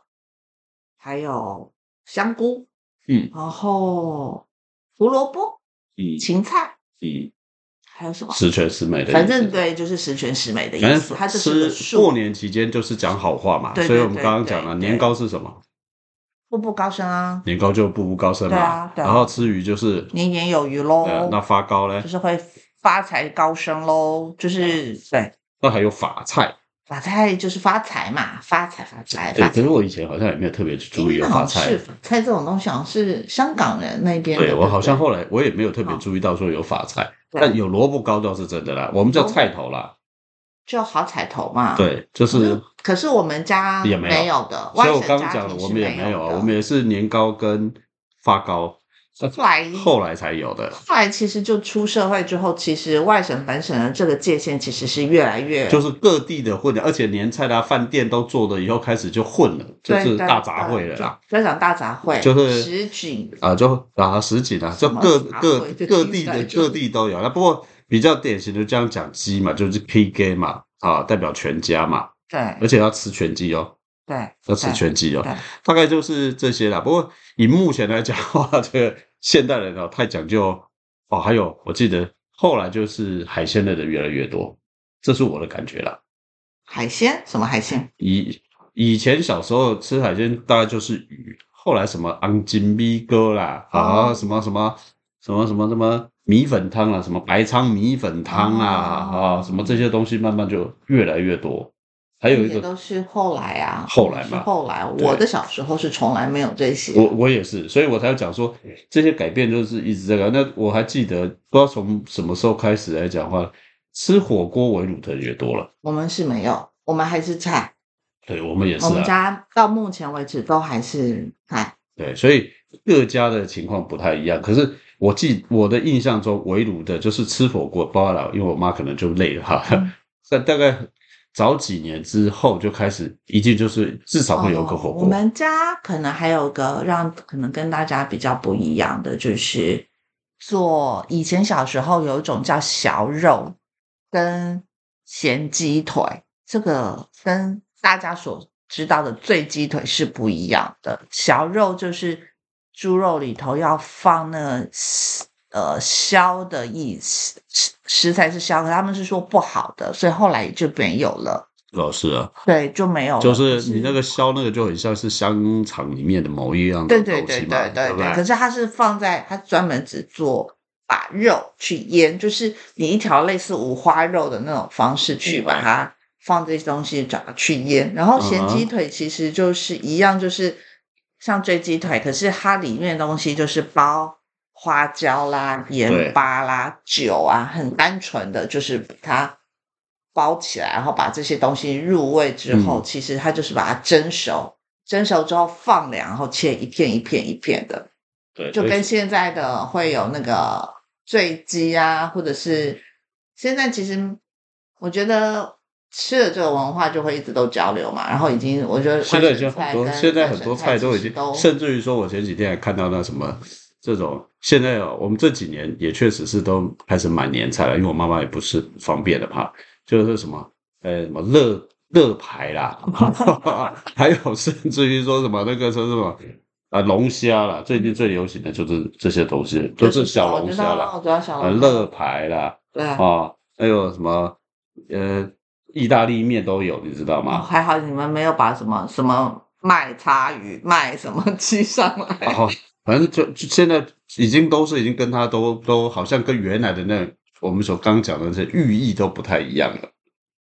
Speaker 1: 还有香菇，
Speaker 2: 嗯，
Speaker 1: 然后胡萝卜、
Speaker 2: 以
Speaker 1: 芹菜，
Speaker 2: 以
Speaker 1: 还有什么？
Speaker 2: 十全十美的意思，
Speaker 1: 啊反正对，就是十全十美的
Speaker 2: 反
Speaker 1: 意思。它
Speaker 2: 正
Speaker 1: 就是个
Speaker 2: 吃过
Speaker 1: 树，
Speaker 2: 年期间就是讲好话嘛，
Speaker 1: 对对
Speaker 2: 所以我们
Speaker 1: 对
Speaker 2: 刚刚
Speaker 1: 对
Speaker 2: 讲了
Speaker 1: 对
Speaker 2: 年糕是什么？
Speaker 1: 步步高升啊，
Speaker 2: 年糕就步步高升嘛，
Speaker 1: 对啊对啊
Speaker 2: 然后吃鱼就是，
Speaker 1: 年年有余喽。
Speaker 2: 呃，那发糕呢
Speaker 1: 就？是会发财高升喽，就是
Speaker 2: 啊
Speaker 1: 对，
Speaker 2: 那还有法菜，
Speaker 1: 发财就是发财嘛，发财发财
Speaker 2: 对，
Speaker 1: 发
Speaker 2: 哎可
Speaker 1: 财。
Speaker 2: 是我以前好像也没有特别去注意有
Speaker 1: 哎那
Speaker 2: 法
Speaker 1: 好像
Speaker 2: 菜
Speaker 1: 是，法菜这种东西，好像是香港人那边的。
Speaker 2: 对我好像
Speaker 1: 会
Speaker 2: 后来我也没有特别注意到说有法菜，
Speaker 1: 对哦
Speaker 2: 但有萝卜糕倒是真的啦，我们叫
Speaker 1: 萝卜
Speaker 2: 菜头啦，
Speaker 1: 就好彩头嘛。，
Speaker 2: 对，就是，
Speaker 1: 可是我们家
Speaker 2: 也没有
Speaker 1: 没有的，
Speaker 2: 所以我
Speaker 1: 外省
Speaker 2: 刚
Speaker 1: 家
Speaker 2: 刚讲了，
Speaker 1: 庭
Speaker 2: 我
Speaker 1: 是
Speaker 2: 们也
Speaker 1: 没
Speaker 2: 没啊有啊，
Speaker 1: 的
Speaker 2: 我们也是年糕跟发糕，那
Speaker 1: 后来
Speaker 2: 后来才有的，
Speaker 1: 后来其实就出社会之后，其实外省本省的这个界限其实是越来越
Speaker 2: 就是各地的混的，而且年菜啦、饭店都做了以后开始就混了，就是大杂烩了啦。，
Speaker 1: 对对对就讲大杂烩，
Speaker 2: 就是
Speaker 1: 十几
Speaker 2: 啊，就啊，十几啦，就
Speaker 1: 什么
Speaker 2: 各
Speaker 1: 杂烩
Speaker 2: 各
Speaker 1: 这
Speaker 2: 各
Speaker 1: 听
Speaker 2: 地
Speaker 1: 起来
Speaker 2: 的
Speaker 1: 就
Speaker 2: 各地都有。那不过比较典型的这样讲鸡嘛，就是 PK 嘛，啊，代表全家嘛，而
Speaker 1: 对
Speaker 2: 且要吃全鸡哦，
Speaker 1: 对
Speaker 2: 要吃
Speaker 1: 对
Speaker 2: 全鸡哦
Speaker 1: 对，
Speaker 2: 大概就是这些啦。不过以目前来讲的话， 这个现代人哦太讲究哦，还有我记得后来就是海鲜类的越来越多，这是我的感觉啦。
Speaker 1: 海鲜什么海鲜？
Speaker 2: 以以前小时候吃海鲜大概就是鱼，后来什么昂金米哥啦，啊
Speaker 1: 哦
Speaker 2: 什么什么什么什么什么米粉汤啦，什么白鲳米粉汤啊
Speaker 1: 哦
Speaker 2: 啊什么这些东西慢慢就越来越多。还有一
Speaker 1: 也
Speaker 2: 个
Speaker 1: 都是后来啊，
Speaker 2: 后来嘛
Speaker 1: 是后来
Speaker 2: 对
Speaker 1: 我的小时候是从来没有这些
Speaker 2: 我，我也是，所以我才要讲说这些改变就是一直在改。那我还记得，不知道从什么时候开始来讲的话，吃火锅围炉的也多了。
Speaker 1: 我们是没有，我们还是菜，
Speaker 2: 对我们也是、
Speaker 1: 我们
Speaker 2: 啊，
Speaker 1: 家到目前为止都还是菜，
Speaker 2: 对，所以各家的情况不太一样。可是我记我的印象中，围炉的就是吃火锅，包了，因为我妈可能就累了哈
Speaker 1: 嗯。
Speaker 2: 但大概早几年之后就开始，一定就是至少会有个火
Speaker 1: 哦
Speaker 2: 锅。
Speaker 1: 我们家可能还有个让可能跟大家比较不一样的，就是做以前小时候有一种叫小肉跟咸鸡腿，这个跟大家所知道的醉鸡腿是不一样的。小肉就是猪肉里头要放那个呃消的意思，食食材是消，可他们是说不好的，所以后来就没有了。
Speaker 2: 老师啊，
Speaker 1: 对，就没有了。
Speaker 2: 就是你那个削那个就很像是香肠里面的某一样的
Speaker 1: 对
Speaker 2: 东
Speaker 1: 对
Speaker 2: 西嘛，
Speaker 1: 对对
Speaker 2: 对
Speaker 1: 对
Speaker 2: 不
Speaker 1: 对，可是它是放在它专门只做把肉去腌，就是你一条类似五花肉的那种方式去把它放这些东西找它去腌。然
Speaker 2: 嗯
Speaker 1: 后咸鸡腿其实就是一样，就是像追鸡腿，可是它里面的东西就是包花椒啦、盐巴啦、酒啊，很单纯的就是把它。包起来，然后把这些东西入味之后，
Speaker 2: 嗯
Speaker 1: 其实它就是把它蒸熟，蒸熟之后放凉，然后切一片一片一片的，
Speaker 2: 对
Speaker 1: 就
Speaker 2: 所以
Speaker 1: 跟现在的会有那个醉鸡啊，或者是现在其实我觉得吃的这个文化就会一直都交流嘛，然后已经我觉得
Speaker 2: 现在已经很
Speaker 1: 花
Speaker 2: 多，
Speaker 1: 卷菜跟
Speaker 2: 现在很多菜都已经
Speaker 1: 花卷，菜其实
Speaker 2: 甚至于说，我前几天还看到那什么这种，现在哦我们这几年也确实是都开始买年菜了，因为我妈妈也不是方便的嘛，就是什么呃什么乐乐牌 啦， 还有甚至于说什么那个说什么。啊，龙虾啦，最近最流行的就是这些东西，
Speaker 1: 都
Speaker 2: 都是小龙
Speaker 1: 了，
Speaker 2: 虾啦，
Speaker 1: 我知道小
Speaker 2: 啊，
Speaker 1: 龙
Speaker 2: 乐牌啦，
Speaker 1: 对啊，
Speaker 2: 啊，还有什么呃，意大利面都有，你知道
Speaker 1: 哦
Speaker 2: 吗？
Speaker 1: 还好你们没有把什么什么卖叉鱼卖什么 鸡上
Speaker 2: 然
Speaker 1: 来，
Speaker 2: 后反正就就现在已经都是已经跟他都都好像跟原来的那我们所刚讲的这寓意都不太一样了。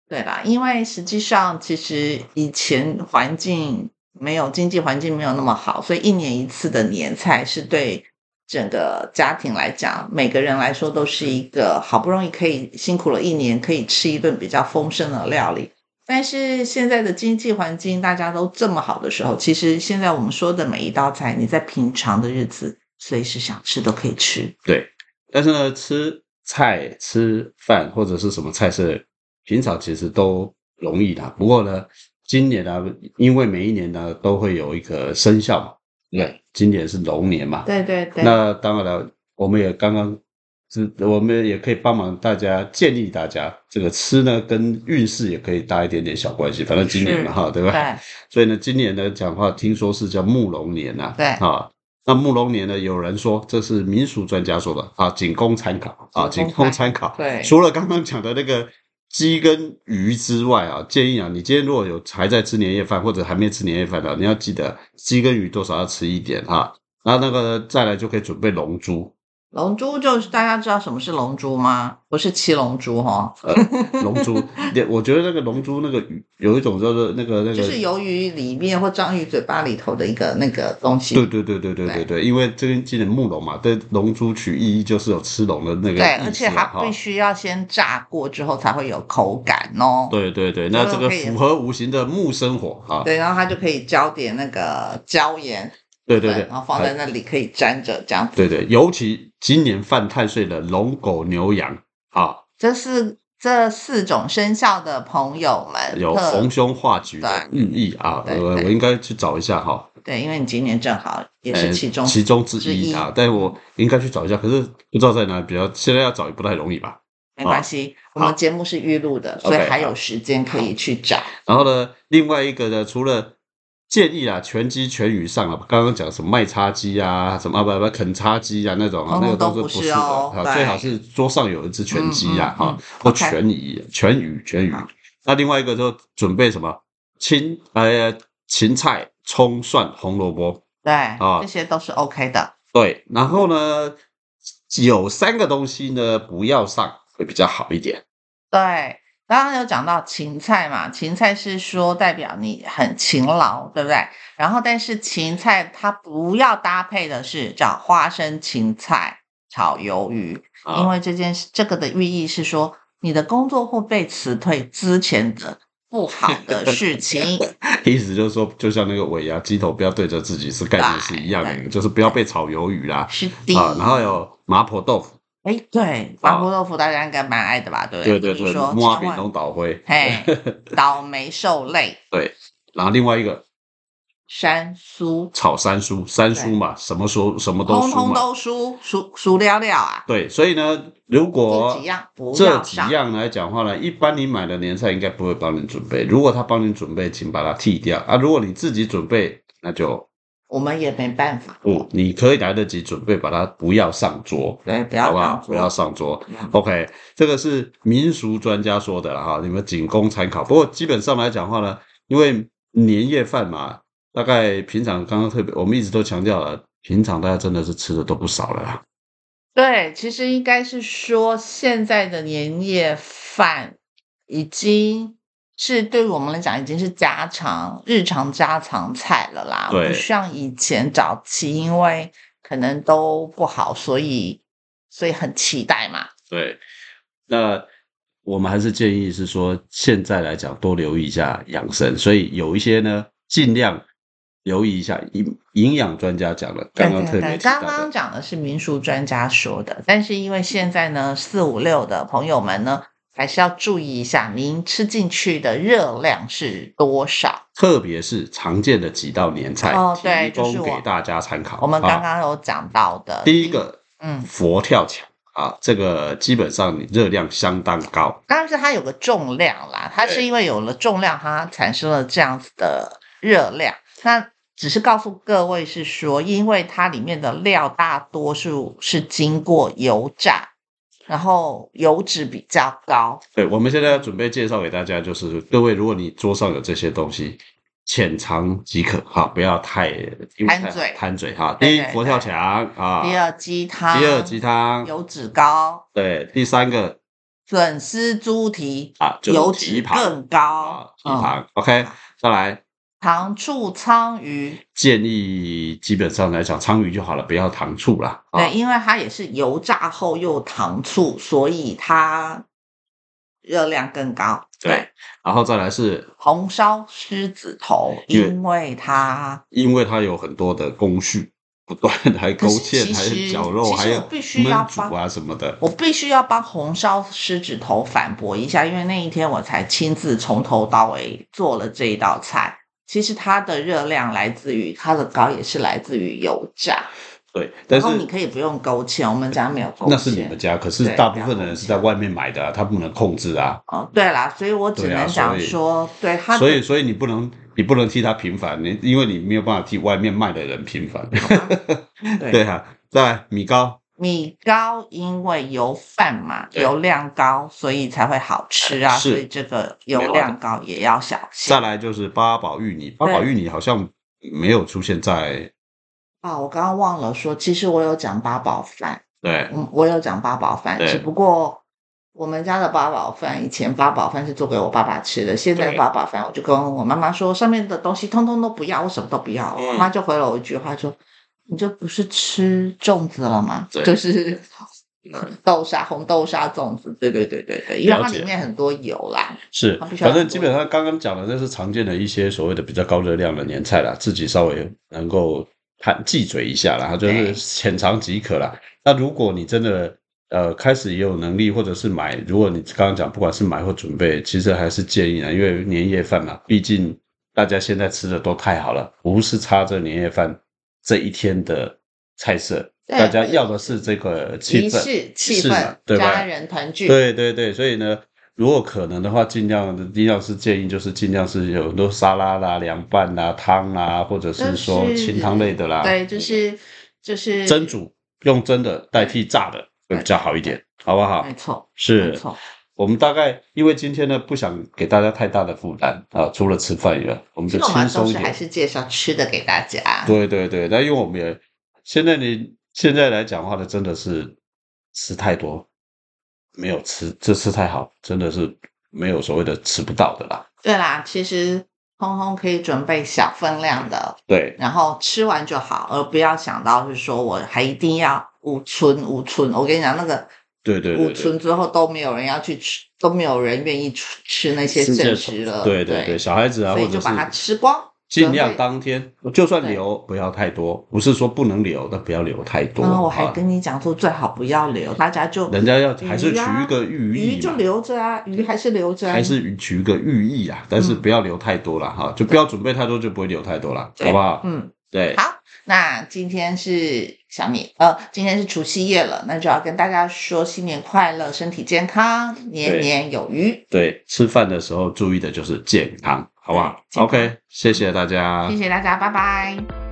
Speaker 1: 对啦，因为实际上其实以前环境没有经济环境没有那么好，所以一年一次的年菜是对整个家庭来讲，每个人来说都是一个好不容易可以辛苦了一年可以吃一顿比较丰盛的料理。但是现在的经济环境大家都这么好的时候，其实现在我们说的每一道菜，你在平常的日子随时想吃都可以吃。
Speaker 2: 但是呢，吃菜、吃饭或者是什么菜色，平常其实都容易啊啦。不过呢，今年呢、因为每一年呢都会有一个生肖嘛，对，今年是龙年嘛，
Speaker 1: 对对对，
Speaker 2: 那当然了，我们也刚刚是，我们也可以帮忙大家建议大家，这个吃呢跟运势也可以搭一点点小关系，反正今年嘛
Speaker 1: 是
Speaker 2: 哈，对吧？
Speaker 1: 对
Speaker 2: 所以呢，今年呢讲话，听说是叫木龙年呐、啊，
Speaker 1: 对
Speaker 2: 啊。那木龙年呢？有人说这是民俗专家说的啊，仅供参考啊，
Speaker 1: 仅
Speaker 2: 仅
Speaker 1: 供
Speaker 2: 供
Speaker 1: 参
Speaker 2: 参考。
Speaker 1: 对
Speaker 2: 除了刚刚讲的那个鸡跟鱼之外啊，建议啊，你今天如果有还在吃年夜饭或者还没吃年夜饭的、啊你要记得鸡跟鱼多少要吃一点啊。那那个再来就可以准备龙珠，
Speaker 1: 龙珠就是大家知道什么是龙珠吗？不是七龙珠哈、
Speaker 2: 呃，龙 珠，也我觉得那个龙珠那个鱼有一种叫做那个那个，
Speaker 1: 就是鱿鱼里面或章鱼嘴巴里头的一个那个东西。
Speaker 2: 对对对对对对对，因为这边今年木龙嘛，对龙珠取意义就是有吃龙的那个
Speaker 1: 对
Speaker 2: 意思
Speaker 1: 而且
Speaker 2: 嘛
Speaker 1: 它
Speaker 2: 哈
Speaker 1: 必须要先炸过之后才会有口感哦。
Speaker 2: 对对对，那这
Speaker 1: 就
Speaker 2: 个
Speaker 1: 可以
Speaker 2: 符合无形的木生火啊，
Speaker 1: 对然后它就可以浇点那个椒盐，
Speaker 2: 对对对，
Speaker 1: 然后放在
Speaker 2: 哎
Speaker 1: 那里可以沾着这样子。
Speaker 2: 对对，尤其今年犯太岁的龙狗牛羊啊，
Speaker 1: 这是这四种生肖的朋友们
Speaker 2: 有
Speaker 1: 特
Speaker 2: 逢凶化局的寓意啊，
Speaker 1: 对对
Speaker 2: 我我
Speaker 1: 对
Speaker 2: 应该去找一下哈，
Speaker 1: 对，因为你今年正好也
Speaker 2: 呃
Speaker 1: 是其中、
Speaker 2: 其中之
Speaker 1: 之一
Speaker 2: 一啊，但我应该去找一下，可是不知道在哪，比较现在要找也不太容易吧。
Speaker 1: 没关系，我们节目是预录的，所以还有时间可以去找。
Speaker 2: 然后呢，另外一个呢，除了建议啊，全鸡全鱼上啊，刚刚讲什么卖叉鸡啊，什么啊不不啃叉鸡啊那种啊，
Speaker 1: 通
Speaker 2: 那
Speaker 1: 通
Speaker 2: 个
Speaker 1: 都
Speaker 2: 都是
Speaker 1: 不是
Speaker 2: 是的，
Speaker 1: 哦对
Speaker 2: 啊，最好是桌上有一只全鸡啊，
Speaker 1: 嗯嗯
Speaker 2: 哈、
Speaker 1: 嗯
Speaker 2: 或
Speaker 1: OK
Speaker 2: 全鱼、全鱼、全鱼
Speaker 1: 好。
Speaker 2: 那另外一个就准备什么芹呃芹菜、葱蒜、红萝卜，
Speaker 1: 对，
Speaker 2: 啊
Speaker 1: 这些都是 OK 的。
Speaker 2: 对，然后呢，有三个东西呢不要上会比较好一点。
Speaker 1: 对，刚刚有讲到芹菜嘛，芹菜是说代表你很勤劳，对不对？然后，但是芹菜它不要搭配的是叫花生芹菜炒鱿鱼，
Speaker 2: 啊、
Speaker 1: 因为这件事这个的寓意是说你的工作或被辞退之前的不好的事 情。
Speaker 2: 意思就是说，就像那个尾牙鸡头不要对着自己是概念是一样
Speaker 1: 哎对
Speaker 2: 的，就是不要被炒鱿鱼啦。
Speaker 1: 是的，
Speaker 2: 啊，然后有麻婆豆腐，
Speaker 1: 哎，对，麻婆豆腐大家应该蛮爱的吧？对不
Speaker 2: 对
Speaker 1: 对
Speaker 2: 对
Speaker 1: 就是
Speaker 2: 对，
Speaker 1: 说
Speaker 2: 摸
Speaker 1: 千
Speaker 2: 饼
Speaker 1: 万
Speaker 2: 东倒灰。
Speaker 1: 嘿，倒霉受累，
Speaker 2: 然后另外一个
Speaker 1: 山苏，
Speaker 2: 炒三叔，三叔嘛，什么说什么都
Speaker 1: 通
Speaker 2: 输
Speaker 1: 通
Speaker 2: 嘛。
Speaker 1: 都输，输输了了啊！
Speaker 2: 对，所以呢，如
Speaker 1: 这
Speaker 2: 果
Speaker 1: 几样不
Speaker 2: 这
Speaker 1: 要
Speaker 2: 几
Speaker 1: 上，
Speaker 2: 样来讲话呢，一般你买的年菜应该不会帮你准备，如果他帮你准备，请把它剔掉啊。如果你自己准备，那就
Speaker 1: 我们也没办法。
Speaker 2: 嗯，你可以来得及准备把它不要上桌，
Speaker 1: 对，哎不
Speaker 2: 好
Speaker 1: 要
Speaker 2: 不好
Speaker 1: 当？
Speaker 2: 不要上桌。
Speaker 1: 嗯
Speaker 2: OK，这个是民俗专家说的了哈，你们仅供参考。不过基本上来讲的话呢，因为年夜饭嘛，大概平常刚刚特别我们一直都强调了，平常大家真的是吃的都不少了啦。
Speaker 1: 对，其实应该是说，现在的年夜饭已经是对于我们来讲已经是家常、日常家常菜了啦，
Speaker 2: 对
Speaker 1: 不像以前早期，因为可能都不好，所以所以很期待嘛。
Speaker 2: 对，那我们还是建议是说，现在来讲多留意一下养生，所以有一些呢，尽量留意一下营营养专家讲的，刚刚
Speaker 1: 对
Speaker 2: 特
Speaker 1: 对
Speaker 2: 别
Speaker 1: 对，
Speaker 2: 提到
Speaker 1: 刚
Speaker 2: 的，
Speaker 1: 刚讲的是民俗专家说的，但是因为现在呢，四五六的朋友们呢，还是要注意一下您吃进去的热量是多少。
Speaker 2: 特别是常见的几道年菜，
Speaker 1: 哦对
Speaker 2: 提
Speaker 1: 就是
Speaker 2: 供
Speaker 1: 我
Speaker 2: 给大家参考。
Speaker 1: 我们刚
Speaker 2: 啊、
Speaker 1: 刚有讲到的，
Speaker 2: 第一，个
Speaker 1: 嗯，
Speaker 2: 佛跳墙啊，这个基本上你热量相当高，
Speaker 1: 当然是它有个重量啦，它
Speaker 2: 对
Speaker 1: 是因为有了重量，它产生了这样子的热量。那只是告诉各位是说，因为它里面的料大多数是经过油炸，然后油脂比较高，
Speaker 2: 对，我们现在要准备介绍给大家，就是各位，如果你桌上有这些东西，浅尝即可哈，不要太因为
Speaker 1: 贪
Speaker 2: 太
Speaker 1: 嘴
Speaker 2: 贪嘴哈。
Speaker 1: 对
Speaker 2: 第一，
Speaker 1: 对
Speaker 2: 佛
Speaker 1: 对
Speaker 2: 跳墙啊；
Speaker 1: 第二鸡汤，
Speaker 2: 第二鸡汤，
Speaker 1: 油脂高，
Speaker 2: 对；第三个
Speaker 1: 粉丝猪蹄
Speaker 2: 啊，就是
Speaker 1: 油
Speaker 2: 蹄
Speaker 1: 脂
Speaker 2: 膀
Speaker 1: 更高嗯
Speaker 2: 啊，，蹄膀。OK，再来，
Speaker 1: 糖醋鲳鱼，
Speaker 2: 建议基本上来讲，鲳鱼就好了，不要糖醋啦。啊
Speaker 1: 对，，因为它也是油炸后又糖醋，所以它热量更高。
Speaker 2: 对，然后再来是
Speaker 1: 红烧狮子头，
Speaker 2: 因
Speaker 1: 因
Speaker 2: 为
Speaker 1: 为它
Speaker 2: 因为它有很多的工序，不断地还勾
Speaker 1: 可是
Speaker 2: 芡，
Speaker 1: 其
Speaker 2: 还有
Speaker 1: 实
Speaker 2: 绞肉，
Speaker 1: 其实
Speaker 2: 还有
Speaker 1: 我必须要
Speaker 2: 焖煮啊
Speaker 1: 帮
Speaker 2: 什么的。
Speaker 1: 我必须要帮红烧狮子头反驳一下，因为那一天我才亲自从头到尾做了这一道菜。其实它的热量来自于它的高，也是来自于油炸。
Speaker 2: 对，但
Speaker 1: 然
Speaker 2: 是
Speaker 1: 后你可以不用勾芡，我们家没有勾芡。
Speaker 2: 那是你们家，可是
Speaker 1: 对
Speaker 2: 大部分的人是在外面买的啊、他不能控制啊，
Speaker 1: 哦，对啦，所以我只
Speaker 2: 对啊
Speaker 1: 能讲
Speaker 2: 所以
Speaker 1: 说，对,、它的
Speaker 2: 所以所以你不能你不能替他平反，你因为你没有办法替外面卖的人平反。
Speaker 1: 哦 对
Speaker 2: 对啊，再来米糕，
Speaker 1: 米糕因为油饭嘛，
Speaker 2: 对哎
Speaker 1: 油量高，所以才会好吃啊。
Speaker 2: 是
Speaker 1: 所以这个油量高也要小心
Speaker 2: 再。来就是八宝芋泥，八宝芋泥好像没有出现在
Speaker 1: 啊，我刚刚忘了说，其实我有讲八宝饭，
Speaker 2: 对
Speaker 1: 嗯，我有讲八宝饭，
Speaker 2: 对
Speaker 1: 只不过我们家的八宝饭，以前八宝饭是做给我爸爸吃的，现在
Speaker 2: 对
Speaker 1: 的八宝饭我就跟我妈妈说，上面的东西通通都不要，我什么都不要。
Speaker 2: 嗯
Speaker 1: 我妈就回了我一句话说：“你这不是吃粽子了吗？
Speaker 2: 对嗯
Speaker 1: 就是 豆沙、红豆沙粽子。”对对对对对，因为
Speaker 2: 了
Speaker 1: 它
Speaker 2: 解
Speaker 1: 里面很多油啦。
Speaker 2: 是
Speaker 1: 它必，须要
Speaker 2: 反正基本上刚刚讲的这是常见的一些所谓的比较高热量的年菜啦，自己稍微能够判记嘴一下啦，它就是
Speaker 1: 对
Speaker 2: 浅尝即可啦。那如果你真的呃开始也有能力，或者是买，如果你刚刚讲不管是买或准备，其实还是建议啊呢，因为年夜饭嘛，毕竟大家现在吃的都太好了，不是差这年夜饭这一天的菜色，
Speaker 1: 对
Speaker 2: 大家要的是这个气
Speaker 1: 仪
Speaker 2: 氛，
Speaker 1: 式、
Speaker 2: 仪
Speaker 1: 气
Speaker 2: 式
Speaker 1: 氛
Speaker 2: 嘛、对吧？
Speaker 1: 家人团聚，
Speaker 2: 对对对，所以呢，如果可能的话，尽量尽量是建议就是尽量是有很多沙拉啦、凉拌啦、汤啦，或者是说
Speaker 1: 就是
Speaker 2: 清汤类的啦，嗯
Speaker 1: 对，就是就是
Speaker 2: 蒸煮，用蒸的代替炸的会比较好一点，好不好
Speaker 1: 没？错，没
Speaker 2: 是
Speaker 1: 错，
Speaker 2: 我们大概因为今天呢不想给大家太大的负担啊，除了吃饭以外，我们
Speaker 1: 其
Speaker 2: 就
Speaker 1: 实我们
Speaker 2: 轻
Speaker 1: 都
Speaker 2: 松一
Speaker 1: 是
Speaker 2: 点
Speaker 1: 还。是介绍吃的给大 家。
Speaker 2: 对对对，那因为我们也现在你现在来讲的话呢，真的是吃太多，没有吃这吃太好，真的是没有所谓的吃不到的啦。
Speaker 1: 对啦，其实通通可以准备小分量的，
Speaker 2: 对
Speaker 1: 然后吃完就好，而不要想到是说我还一定要五存五存。我跟你讲，那个
Speaker 2: 对对
Speaker 1: 五
Speaker 2: 对对
Speaker 1: 存之后都没有人要去吃，都没有人愿意吃吃那些
Speaker 2: 吃这
Speaker 1: 剩
Speaker 2: 种
Speaker 1: 食了。
Speaker 2: 对对
Speaker 1: 对
Speaker 2: 对，，小孩子啊，
Speaker 1: 所以
Speaker 2: 或者
Speaker 1: 就是把它吃光。
Speaker 2: 尽量
Speaker 1: 准备
Speaker 2: 当天，就算
Speaker 1: 对
Speaker 2: 留不要太多，不是说不能留，但不要留太多。
Speaker 1: 嗯，我还
Speaker 2: 啊
Speaker 1: 跟你讲说，最好不要留，大家就
Speaker 2: 人家要还是
Speaker 1: 鱼
Speaker 2: 取
Speaker 1: 啊
Speaker 2: 一个寓意
Speaker 1: 鱼就
Speaker 2: 嘛
Speaker 1: 留着啊，鱼还是留着、啊，
Speaker 2: 还是取一个寓意啊，但是不要留太多了哈，就不要准备太多，就不会留太多了，
Speaker 1: 对
Speaker 2: 好不好？
Speaker 1: 嗯。
Speaker 2: 对，
Speaker 1: 好，那今天是小米，呃，今天是除夕夜了，那就要跟大家说新年快乐，身体健康，年
Speaker 2: 对
Speaker 1: 年有余。
Speaker 2: 对，吃饭的时候注意的就是健康，好不好
Speaker 1: 对健康
Speaker 2: ？OK，谢谢大家，
Speaker 1: 谢谢大家，拜拜。